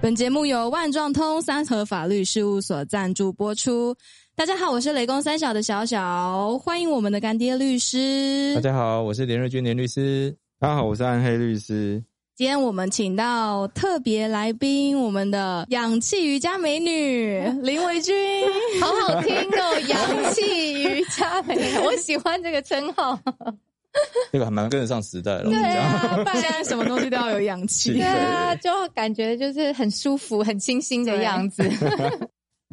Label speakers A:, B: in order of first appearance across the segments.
A: 本节目由万状通三和法律事务所赞助播出。大家好，我是雷公三小的小小，欢迎我们的干爹律师
B: 大。家好，我是连瑞君连律师。大家好，我是暗黑律师。
A: 今天我们请到特别来宾，我们的氧气瑜伽美 女林维君。
C: 好好听哦，洋气瑜伽美，我喜欢这个称 号。
B: 这个还蛮跟得上时代了，
C: 对
B: 我
C: 啊，不
A: 现
C: 然
A: 在什么东西都要有氧气
B: 是
C: 对。啊，就感觉就是很舒服、很清新的样 子。
B: 啊们讲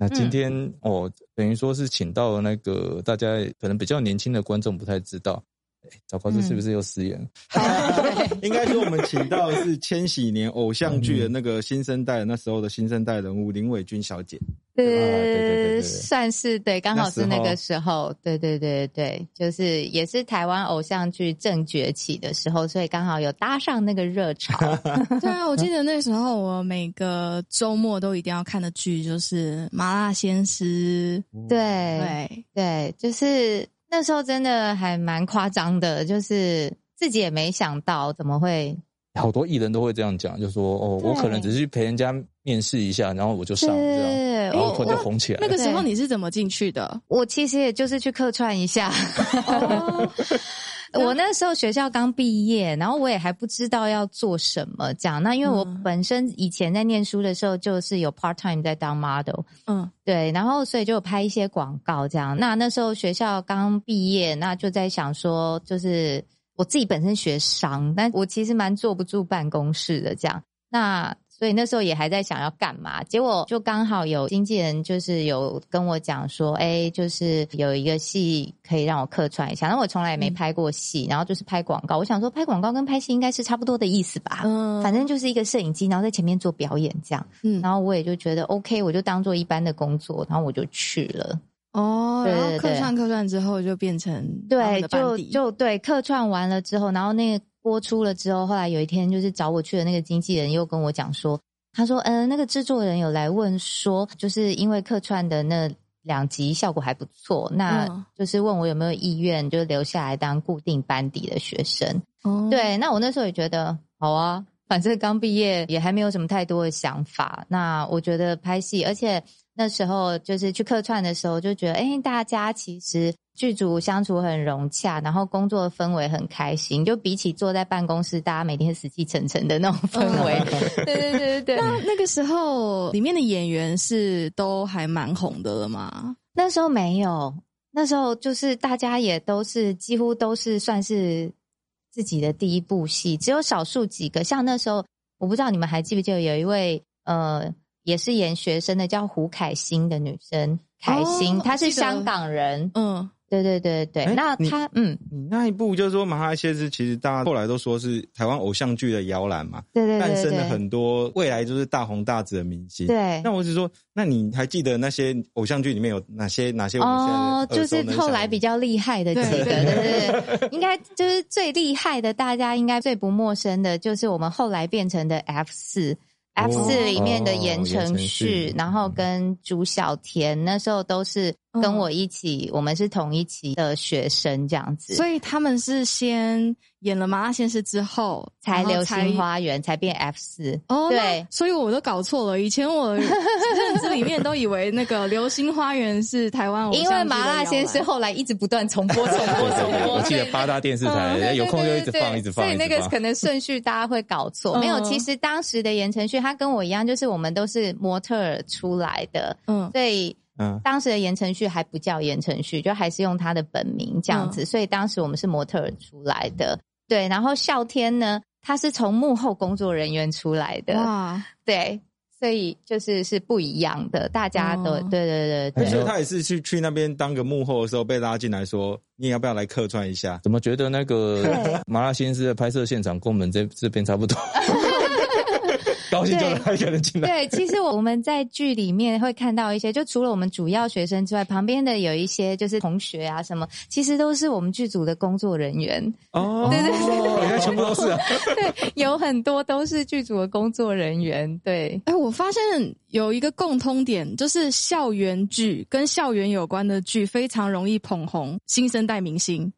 B: 那今天、哦，等于说是请到了那个大家可能比较年轻的观众不太知道。哎糟糕，这是不是又失 言了？
D: 嗯应该说我们请到的是千禧年偶像剧的那个新生代，那时候的新生代人物林伟君小姐。
B: 对对
C: 呃，
B: 对
C: 算是对，刚好是那个时候，对对对对，就是也是台湾偶像剧正崛起的时候，所以刚好有搭上那个热 潮。
A: 对啊，我记得那时候我每个周末都一定要看的剧就是《麻辣鲜师》。
C: 对
A: 对，
C: 对，就是那时候真的还蛮夸张的，就是自己也没想到怎么会
B: 好多艺人都会这样讲，就说哦，
C: 对
B: 我可能只是去陪人家面试一下，然后我就上这样，
C: 是
B: 然后
C: 我
B: 突然就红起来
A: 那
B: 了。
A: 个时候你是怎么进去的？
C: 我其实也就是去客串一下。哦我那时候学校刚毕业，然后我也还不知道要做什么这样。那因为我
A: 嗯
C: 本身以前在念书的时候，就是有 part time 在当 model，
A: 嗯，
C: 对，然后所以就有拍一些广告这样。那那时候学校刚毕业，那就在想说，就是我自己本身学商，但我其实蛮坐不住办公室的这样。那所以那时候也还在想要干嘛，结果就刚好有经纪人就是有跟我讲说，哎，就是有一个戏可以让我客串一下。那我从来也没拍过戏，然后就是拍广告。我想说拍广告跟拍戏应该是差不多的意思吧，
A: 嗯
C: 反正就是一个摄影机，然后在前面做表演这样。
A: 嗯
C: 然后我也就觉得 OK，我就当做一般的工作，然后我就去了。
A: 哦，
C: 对
A: 然后
C: 对
A: 客
C: 对
A: 串客串之后就变成他们
C: 对，
A: 的班
C: 就
A: 底
C: 就对客串完了之后，然后那个播出了之后，后来有一天就是找我去的那个经纪人又跟我讲说，他说，嗯、那个制作人有来问说，就是因为客串的那两集效果还不错，那
A: 嗯
C: 就是问我有没有意愿，就留下来当固定班底的学生。
A: 哦，
C: 对，那我那时候也觉得好啊，反正刚毕业也还没有什么太多的想法。那我觉得拍戏，而且那时候就是去客串的时候，就觉得哎、诶大家其实剧组相处很融洽，然后工作氛围很开心，就比起坐在办公室，大家每天死气沉沉的那种氛围， 对对对对对。
A: 那那个时候里面的演员是都还蛮红的了嘛？
C: 那时候没有，那时候就是大家也都是几乎都是算是自己的第一部戏，只有少数几个。像那时候，我不知道你们还记不记得有一位呃，也是演学生的叫胡凯欣的女生，凯欣，
A: 哦
C: 她是
A: 记得
C: 香港人。
A: 嗯，
C: 对对对对，
D: 哎
C: 那
D: 哦你
C: 她嗯，
D: 你那一部就是说《马来西亚之》，其实大家后来都说是台湾偶像剧的摇篮嘛，
C: 对对
D: 诞
C: 对
D: 生了
C: 对
D: 很多未来就是大红大紫的明星。
C: 对。
D: 那我只是说，那你还记得那些偶像剧里面有哪些哪些我们现在
C: 哦，
D: 耳
C: 就
D: 熟
C: 是
D: 能详
C: 后来比较厉害的几个，
A: 对
C: 对对对，应该就是最厉害的，大家应该最不陌生的，就是我们后来变成的 F 四。F 四里面的言承旭，
D: 哦哦言承旭
C: 然后跟朱孝天，那时候都是
A: 嗯
C: 跟我一起，我们是同一期的学生这样子，
A: 所
C: 以
A: 以他们是先演了《麻辣鲜师》之后
C: 才
A: 然后
C: 流
A: 才
C: 星花园才变 F 四。
A: 哦，
C: 对
A: 那所以我都搞错了。以前 我认知里面都以为那个《流星花园》是台湾偶像
C: 因
A: 剧的
C: 为麻辣鲜师
A: 摇篮
C: 后来一直不断重播、重
B: 对
C: 播、
B: 对
C: 重
B: 对，
C: 播，
B: 我记得
C: 所以
B: 八大电视台、
C: 嗯
B: 有空就一直
C: 对对对
B: 放，一直放，
C: 所以那
B: 一直
C: 个
B: 放
C: 可能顺序大家会搞错。没有，
A: 嗯
C: 其实当时的言承旭他跟我一样，就是我们都是模特儿出来的，
A: 嗯，
C: 所以
D: 嗯，
C: 当时的言承旭还不叫言承旭，就还是用他的本名这样子。
A: 嗯
C: 所以当时我们是模特儿出来的，对。然后笑天呢，他是从幕后工作人员出来的，
A: 哇，
C: 对。所以就是是不一样的，大家都、
A: 哦
C: 对对对
B: 哎
C: 对，
D: 所以他也是去去那边当个幕后的时候被拉进来说，你也要不要来客串一下？
B: 怎么觉得那个
C: 对
B: 麻辣鲜师的拍摄现场跟我们这这边差 不多？高兴就来，一个人进来。
C: 对，其实我们在剧里面会看到一些，就除了我们主要学生之外，旁边的有一些就是同学啊什么，其实都是我们剧组的工作人员，
D: 哦，对对对，原来全部都是啊。
C: 有很多都是剧组的工作人员。对，
A: 哎，我发现有一个共通点，就是校园剧跟校园有关的剧非常容易捧红新生代明星。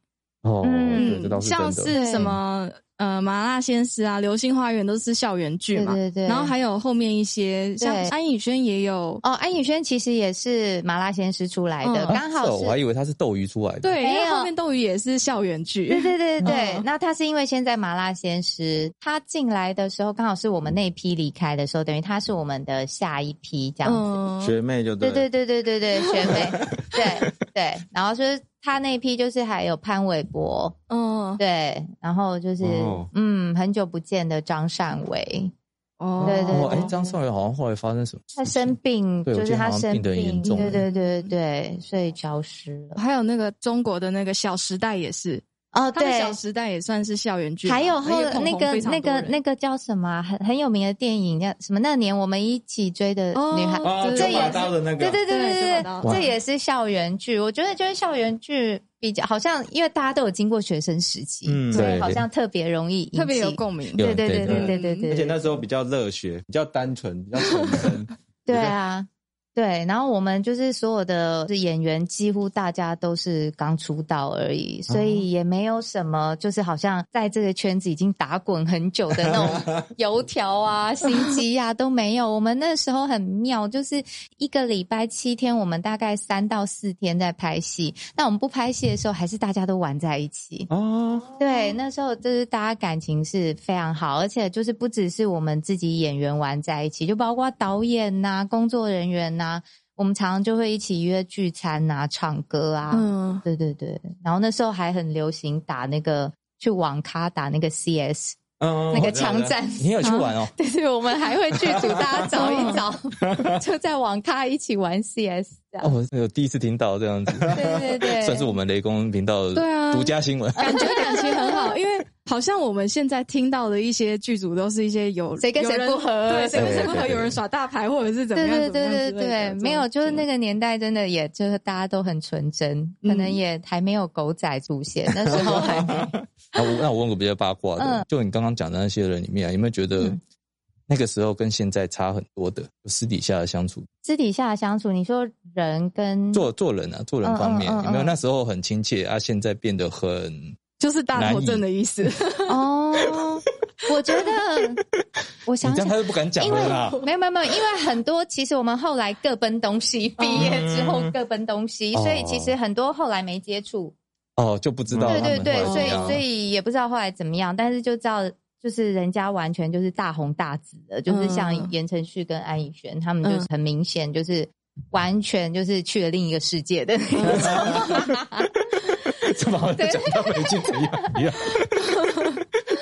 B: 哦，
C: 嗯
B: 对，这倒是真
A: 像
B: 的。
A: 是什么呃麻辣鲜师啊、流星花园都是校园剧嘛，
C: 对对对
A: 然后还有后面一些像
C: 对
A: 安以轩也有，
C: 哦，安以轩其实也是麻辣鲜师出来的，
A: 嗯
C: 刚
B: 是
C: 好
B: 哦
C: 是
B: 我还以为他是斗鱼出来的。
A: 对，因
C: 没
A: 为
C: 有
A: 后面斗鱼也是校园剧，
C: 对对对对对，
A: 嗯
C: 那他是因为现在麻辣鲜师，他进来的时候刚好是我们那一批离开的时候，等于他是我们的下一批这样子。
A: 嗯，
D: 学妹就
C: 对
D: 对
C: 对对对对对，学妹，对对，然后就是他那一批就是还有潘玮柏，
A: 嗯，
C: 对，然后就是、
D: 哦
C: 嗯，很久不见的张善伟，
A: 哦
C: 对对
B: 哦，
C: 对
B: 哎，张少爷好像后来发生什么事情？
C: 他生病，
B: 对我
C: 就
B: 记
C: 是
B: 得
C: 他
B: 好像
C: 生
B: 病得很严重
C: 对对对对，所以消失了。
A: 还有那个中国的那个《小时代》也是，
C: 哦，
A: 他们《
C: 对
A: 小，时代》也算是校园剧嘛，
C: 还有后
A: 也捧红
C: 那个
A: 非常
C: 那
A: 多
C: 个
A: 人
C: 那个叫什么啊很很有名的电影叫什么？那年我们一起追的女孩，
A: 哦
D: 哦，
A: 对
D: 九
C: 这
D: 把
C: 也
D: 刀的那
C: 对
D: 个，
C: 对对
A: 对
C: 对对
A: 这把刀
C: 对，这也是校园剧。我觉得就是校园剧比较好像，因为大家都有经过学生时期，
D: 嗯
C: 所以
B: 对
C: 好像特别容易引起
A: 特别有。共鸣，
C: 对对对
B: 有
C: 对
B: 对
C: 对对对，
D: 而且那时候比较热血， 比较单纯，比较纯真。
C: 对啊。对，然后我们就是所有的演员，几乎大家都是刚出道而已，所以也没有什么，就是好像在这个圈子已经打滚很久的那 种油条啊、心机啊都没有。我们那时候很妙，就是一个礼拜七天，我们大概三到四天在拍戏。那我们不拍戏的时候，还是大家都玩在一起。
D: 哦，
C: 对，那时候就是大家感情是非常好，而且就是不只是我们自己演员玩在一起，就包括导演呐、工作人员呐、我们常常就会一起约聚餐呐、唱歌啊。
A: 嗯，
C: 对对对。然后那时候还很流行打那个去网咖打那个 CS
B: 哦
D: 嗯
C: 那个
B: 啊
C: 枪，战。
B: 你有去玩哦？
C: 对对，我们还会剧组大家找
A: 嗯
C: 一找，就在网咖一起玩 CS 这样。
B: 哦，我第一次听到这样子，
C: 对对啊对，
B: 算是我们雷公频道
A: 对啊
B: 独家 新闻。
A: 感觉感情很好，因为好像我们现在听到的一些剧组都是一些有
C: 谁跟谁
A: 有人
C: 不合
A: 对，谁跟谁不合，
B: 对对对
A: 有人耍大牌或者是怎么
C: 对
A: 样，
C: 对对对对，没有，就是那
A: 个
C: 个年代真的也就是大家都很纯真，可能
A: 嗯
C: 也还没有狗仔出现，那时候还没
B: 啊，我那我问个比较八卦的，
C: 嗯
B: 就你刚刚讲的那些人里面、啊，有没有觉得
C: 嗯
B: 那个时候跟现在差很多的？就私底下的相处，
C: 私底下的相处。你说人跟
B: 做做人啊，做人方面、
C: 嗯嗯嗯
B: 有没有
C: 嗯
B: 那时候很亲切啊？现在变得很
A: 就是大头症的意思，
C: 哦，我觉得我
B: 你
C: 想
B: 这
C: 想
B: 样，他就不敢讲
C: 因为
B: 了啦。
C: 没有没有没有，因为很多其实我们后来各奔东西，毕业之后各奔东西，
B: 哦
C: 所以其实很多后来没接触，
B: 哦，就不知道
C: 对
B: 他
C: 对
B: 们
C: 对，
B: 后
C: 所
B: 来
C: 以
B: 怎么样
C: 所以也不知道后来怎么样，但是就知道就是人家完全就是大红大紫的，就是像
A: 嗯
C: 言承旭跟安以轩他们就
A: 嗯
C: 是很明显就是完全就是去了另一个世界的那种。
B: 怎么好像讲到已经怎样 一样，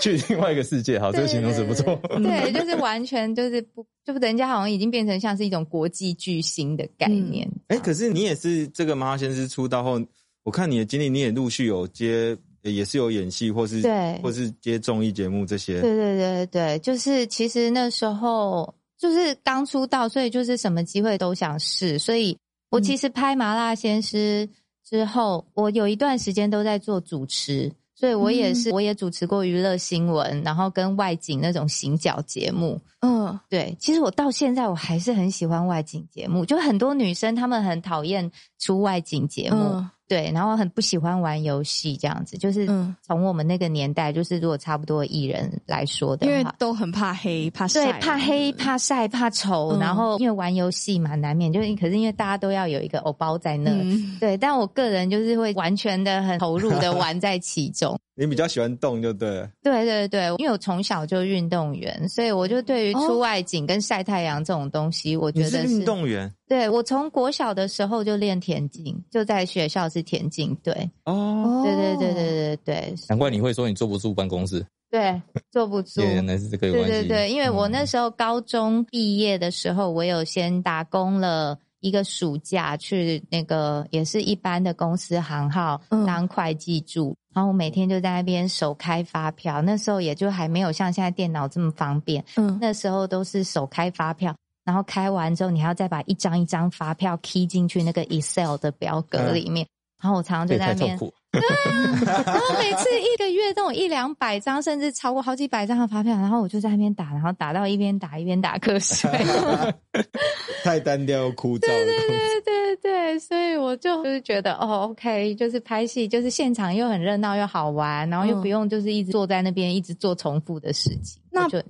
B: 去另外一个世界。好，这个形容词不错。
C: 对，就是完全就是不，就是人家好像已经变成像是一种国际巨星的概念。
D: 哎，可是你也是这个麻辣鲜师出道后，我看你的经历，你也陆续有接，也是有演戏，或是
C: 对
D: 或是接综艺节目这些。
C: 对对对对，就是其实那时候就是刚出道，所以就是什么机会都想试。所以
A: 嗯
C: 我其实拍《麻辣鲜师》之后，我有一段时间都在做主持，所以我也
A: 嗯
C: 是、我也主持过娱乐新闻，然后跟外景那种行脚节目。
A: 嗯，
C: 对，其实我到现在我还是很喜欢外景节目，就很多女生她们很讨厌出外景节目，
A: 嗯
C: 对，然后很不喜欢玩游戏这样子，就是
A: 嗯
C: 从我们那个年代，就是如果差不多艺人来说的
A: 因为
C: 话。
A: 都很怕黑，怕晒
C: 对，怕黑、怕晒、怕丑，
A: 嗯
C: 然后因为玩游戏嘛，难免就是，可是因为大家都要有一个偶包在那，
A: 嗯，
C: 对。但我个人就是会完全的很投入的玩在其中，
D: 你比较喜欢动，就对了。
C: 对对对，因为我从小就运动员，所以我就对于
A: 哦
C: 出外景跟晒太阳这种东西，我觉
D: 你
C: 得
D: 是
C: 是
D: 运动员
C: 对我从国小的时候就练田径，就在学校是田径队。
D: 哦，
A: 哦
C: 对对对对对对
B: 难怪你会说你坐不住办公室，
C: 对，坐不住。
B: 也原来是这个有
C: 对
B: 关系。嗯
C: 对对，因为我那时候高中毕业的时候，我有先打工了一个暑假，去那个也是一般的公司行号
A: 嗯
C: 当会计助，然后我每天就在那边手开发票。那时候也就还没有像现在电脑这么方便，
A: 嗯
C: 那时候都是手开发票，然后开完之后，你还要再把一
B: 嗯
C: 张一张发票 key 进去那个 Excel 的表格里面。然后我常常
B: 这
C: 就
B: 也太
C: 在那
B: 痛
C: 边
B: 苦。
C: 然后每次一个月都有一两百张，甚至超过好几百张的发票，然后我就在那边打，然后打到一边打一边打 瞌睡。
D: 太单调又枯燥了。
C: 对对对，所以我就就是觉得哦，OK，就是拍戏，就是现场又很热闹又好玩，然后又
A: 嗯
C: 不用就是一直坐在那边一直做重复的事情。
A: 那
C: 我就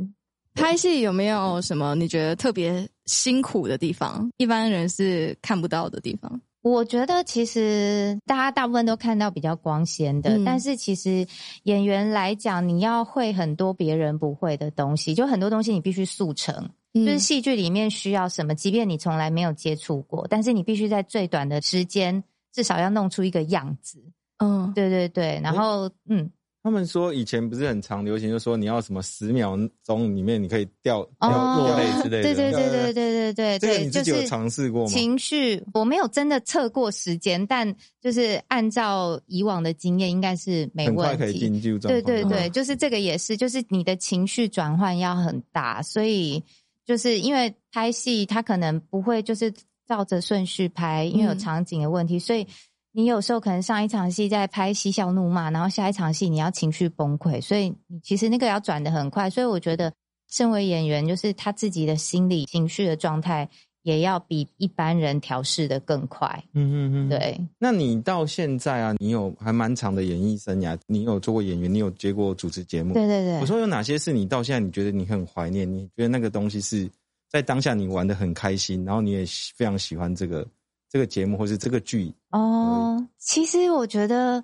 A: 拍戏有没有什么你觉得特别辛苦的地方？一般人是看不到的地方。
C: 我觉得其实大家大部分都看到比较光鲜的，
A: 嗯
C: 但是其实演员来讲，你要会很多别人不会的东西，就很多东西你必须速成。
D: 嗯
A: 就
C: 就是戏剧里面需要什么，即便你从来没有接触过，但是你必须在最短的时间，至少要弄出一个样子。
A: 嗯，
C: 对对对，
D: 哦
C: 然后嗯，
D: 他们说以前不是很常流行，就说你要什么十秒钟里面你可以掉
C: 哦
D: 掉落泪，
B: 之类的
C: 对对对对 对对对
D: 这个你
C: 对，
D: 自己
C: 就
D: 有
C: 是
D: 尝试过吗？
C: 情绪，我没有真的测过时间，但就是按照以往的经验，应该是没
D: 很快
C: 问
D: 可以
C: 题。
D: 进入状
C: 对
D: 况。
C: 对对，就是这个也是，就是你的情绪转换要很大，所以就是因为拍戏，它可能不会就是照着顺序拍，因为有
A: 嗯
C: 场景的问题，所以你有时候可能上一场戏在拍嬉笑怒骂，然后下一场戏你要情绪崩溃，所以你其实那个要转的很快，所以我觉得身为演员，就是他自己的心理情绪的状态也要比一般人调试的更快，
D: 嗯嗯嗯，。
C: 对。
D: 那你到现在啊，你有还蛮长的演艺生涯，你有做过演员，你有接过主持节目。
C: 对对对，
D: 我说有哪些是你到现在你觉得你很怀念，你觉得那个东西是在当下你玩的很开心，然后你也喜非常喜欢这个这个节目或是这个剧。
C: 哦，其实我觉得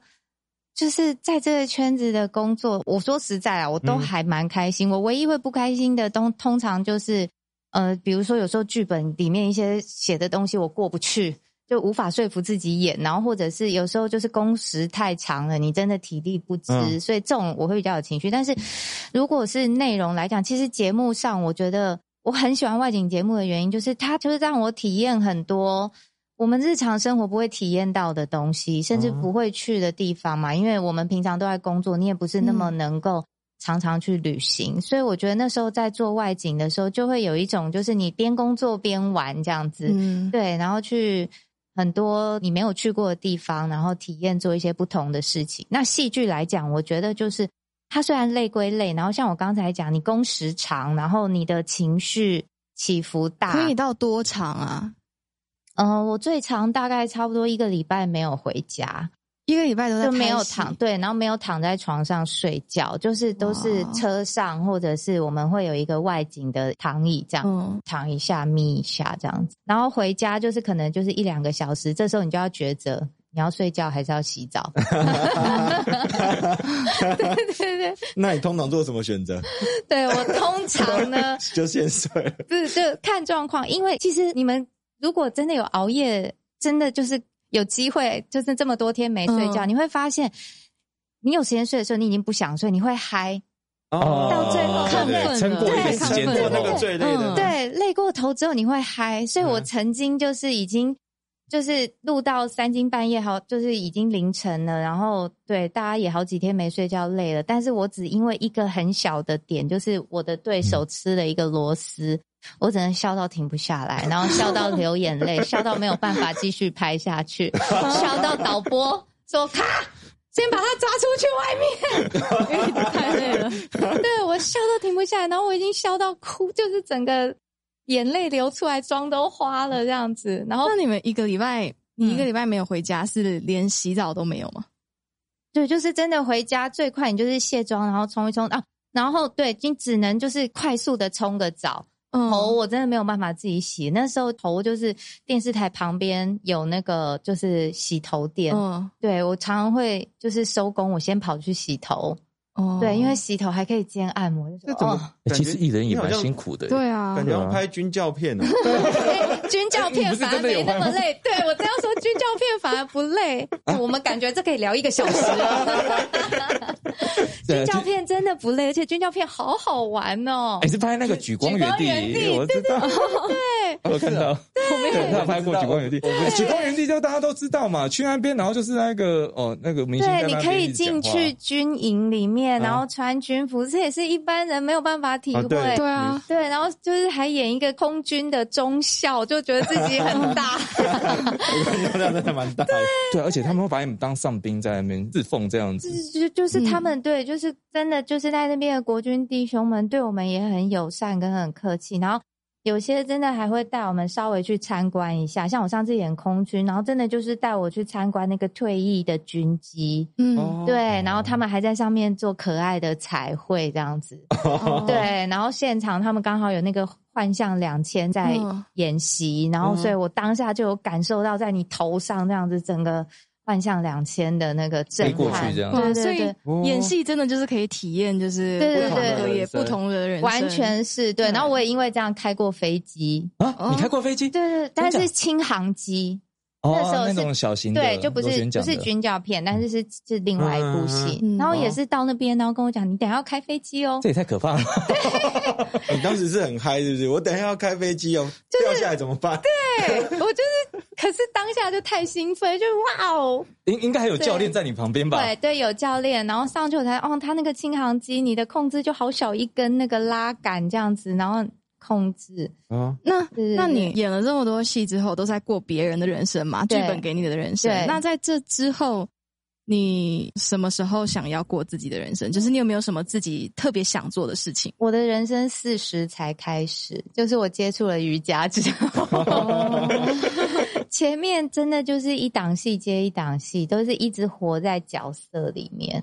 C: 就是在这个圈子的工作，我说实在啊，我都
D: 嗯
C: 还蛮开心。我唯一会不开心的东，通常就是呃，比如说有时候剧本里面一些写的东西我过不去。就无法说服自己演，然后或者是有时候就是工时太长了，你真的体力不支，
D: 嗯
C: 所以这种我会比较有情绪。但是如果是内容来讲，其实节目上我觉得我很喜欢外景节目的原因，就是它就是让我体验很多我们日常生活不会体验到的东西，甚
A: 哦
C: 至不会去的地方嘛，因为我们平常都在工作，你也不是那
A: 嗯
C: 么能够常常去旅行，所以我觉得那时候在做外景的时候，就会有一种就是你边工作边玩这样子，
A: 嗯，
C: 对，然后去很多你没有去过的地方，然后体验做一些不同的事情。那戏剧来讲，我觉得就是它虽然累归累，然后像我刚才讲，你工时长，然后你的情绪起伏大，
A: 可以到多长啊？
C: 嗯，我最长大概差不多一个礼拜没有回家，
A: 一个礼拜都在
C: 就没
A: 拍
C: 有
A: 戏
C: 躺对，然后没有躺在床上睡觉，就是都是
A: 哇
C: 车上或者是我们会有一个外景的躺椅这样。
A: 嗯，
C: 躺一下，眯一下这样子，然后回家就是可能就是一两个小时，这时候你就要抉择，你要睡觉还是要洗澡？ 对对对，
D: 那你通常做什么选择？
C: 对我通常呢，
D: 就先睡。
C: 不就看状况，因为其实你们如果真的有熬夜，真的就是有机会，就是这么多天没睡觉，
A: 嗯
C: 你会发现，你有时间睡的时候，你已经不想睡，你会嗨，到最后
B: 对
A: 亢奋
B: 对
A: 了
B: 撑过一个时间
A: 对
B: 之
A: 对
D: 过那
A: 对
D: 个
B: 后，
D: 最累
A: 嗯，
D: 的
C: 对，累过头之后你会嗨，所以我曾经就是已经。就是录到三更半夜，好，就是已经凌晨了。然后对大家也好几天没睡觉，累了。但是我只因为一个很小的点，就是我的对手吃了一个螺丝，我只能笑到停不下来，然后笑到流眼泪，笑到没有办法继续拍下去，笑到导播说：“咔，先把他抓出去外面。”
A: 因为太累了。
C: 对我笑都停不下来，然后我已经笑到哭，就是整个眼泪流出来，妆都花了这样子。然后
A: 那你们一个礼拜，你一个礼拜没有回家，是连洗澡都没有吗？
C: 对，就是真的回家最快，你就是卸妆，然后冲一冲啊，然后对，你只能就是快速的冲个澡。
A: 嗯
C: 头我真的没有办法自己洗，那时候头就是电视台旁边有那个就是洗头店，
A: 嗯
C: 对我常常会就是收工，我先跑去洗头，
A: 哦
C: 对，因为洗头还可以兼按摩，就
D: 这
C: 说
D: 怎么
C: 哦，
B: 欸
D: 感
B: 其
D: 觉
B: 实艺人也
D: 你好
B: 蛮
D: 像
B: 辛苦的欸。
A: 对啊，
D: 感觉要拍军教片 哦。
C: 哎军教片反而没那么累。对我这样说，军教片反而不累。我们感觉这可以聊一个小时了。军
B: 对，
C: 教
B: 就
C: 片真的不累，而且军教片好好玩哦
B: 哎，。是拍那个举光原
C: 举光原地
B: 地，欸我知道，我有看到，
A: 我没
B: 对，他
A: 有。
B: 拍过举光原地，哎举光原地就大家都知道嘛，去那边，然后就是那个哦，那个明星在
C: 对，
B: 那
C: 你
B: 边
C: 可以
B: 一直讲
C: 进
B: 话
C: 去军营里面，
B: 嗯
C: 然后穿军服，这也是一般人没有办法体
D: 啊
C: 会。
D: 对
A: 对啊，
C: 对，然后就是还演一个空军的中校，就就觉得自己很大。
D: 流量真的蛮大的。
B: 对，而且他们会把你们当上宾在那边侍奉这样子
C: 就。是就就是
A: 嗯
C: 他们对，就是真的就是在那边的国军弟兄们对我们也很友善跟很客气，然后有些真的还会带我们稍微去参观一下，像我上次演空军，然后真的就是带我去参观那个退役的军机，
D: 哦
A: 嗯，
C: 对，然后他们还在上面做可爱的彩绘这样子，
A: 哦，
C: 对，然后现场他们刚好有那个幻象两千在
A: 嗯
C: 演习，然后所以我当下就有感受到在你头上这样子整个幻象两千的那个震
B: 飞过去
C: 撼，
B: 这样
C: 对
A: 哇，
C: 对
A: 所
C: 对
A: 以。
D: 哦
A: 演戏真的就是可以体验，就是
C: 对对
A: 不同的
B: 对
A: 也不同的人生，
C: 完全嗯是对。然后我也因为这样开过飞机，
B: 啊，你开过飞机？
C: 哦对对，但是轻航机，那时
B: 哦
C: 候，是
B: 那种小型的，
C: 对，就不
B: 螺
C: 是
B: 旋
C: 不
B: 桨的
C: 是军教片，但是是是另外一部戏
A: 嗯。
C: 然后也是到那边，然后跟我讲，你等一下要开飞机哦
B: 这。也太可怕了。
D: 你当时是很嗨，是不是？我等一下要开飞机哦，掉下来怎么办？
C: 对， 我就是，可是当下就太兴奋，就哇哦，
B: 应应该还有教练在你旁边吧？
C: 对对，有教练，然后上去我才哦，他那个轻航机，你的控制就好小一根那个拉杆这样子，然后控制。
D: 啊，
A: 那
C: 对
A: 那
C: 对
A: 你演了这么多戏之后，都在过别人的人生嘛？剧
C: 对
A: 本给你的人生
C: 对。
A: 那在这之后，你什么时候想要过自己的人生？就是你有没有什么自己特别想做的事情？
C: 我的人生四十才开始，就是我接触了瑜伽之后，前面真的就是一档戏接一档戏，都是一直活在角色里面。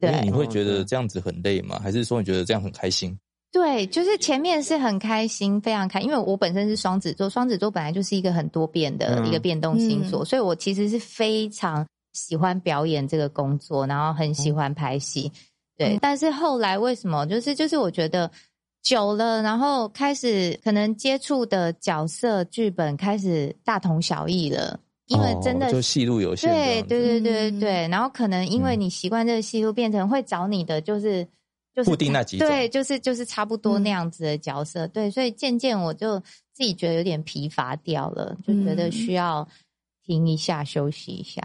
B: 所以
C: 对
B: 你会觉得这样子很累吗？还是说你觉得这样很开心？
C: 对，就是前面是很开心，非常开因为我本身是双子座，双子座本来就是一个很多变的
D: 嗯
C: 一个变动星座，所以我其实是非常喜欢表演这个工作，然后很喜欢拍戏。对，但是后来为什么？就是就是我觉得久了，然后开始可能接触的角色剧本开始大同小异了，因为真的
B: 哦、就戏路有限这
C: 对
B: 样子，
C: 对对对
A: 嗯
C: 对，然后可能因为
B: 嗯
C: 你习惯这个戏路，变成会找你的就是就是
B: 固定那几种
C: 对，就是就是差不多
A: 嗯
C: 那样子的角色，对，所以渐渐我就自己觉得有点疲乏掉了，就觉得
A: 嗯
C: 需要停一下休息一下。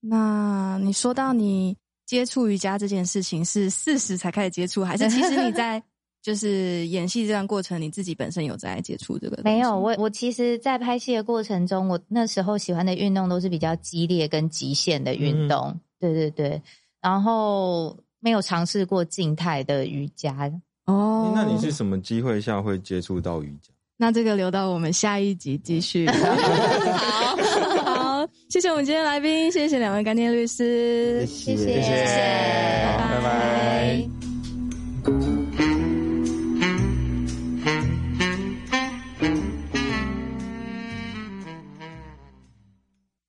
A: 那你说到你接触瑜伽这件事情是四十才开始接触，还是其实你 在就是演戏这段过程，你自己本身有在接触这个东西？
C: 没有，我我其实，在拍戏的过程中，我那时候喜欢的运动都是比较激烈跟极限的
B: 嗯
C: 运动，对对对，然后没有尝试过静态的瑜伽。
A: 哦。
D: 那你是什么机会下会接触到瑜伽？
A: 那这个留到我们下一集继续。
C: 好，
A: 好，谢谢我们今天来宾，谢谢两位干爹律师，
C: 谢谢
D: 谢谢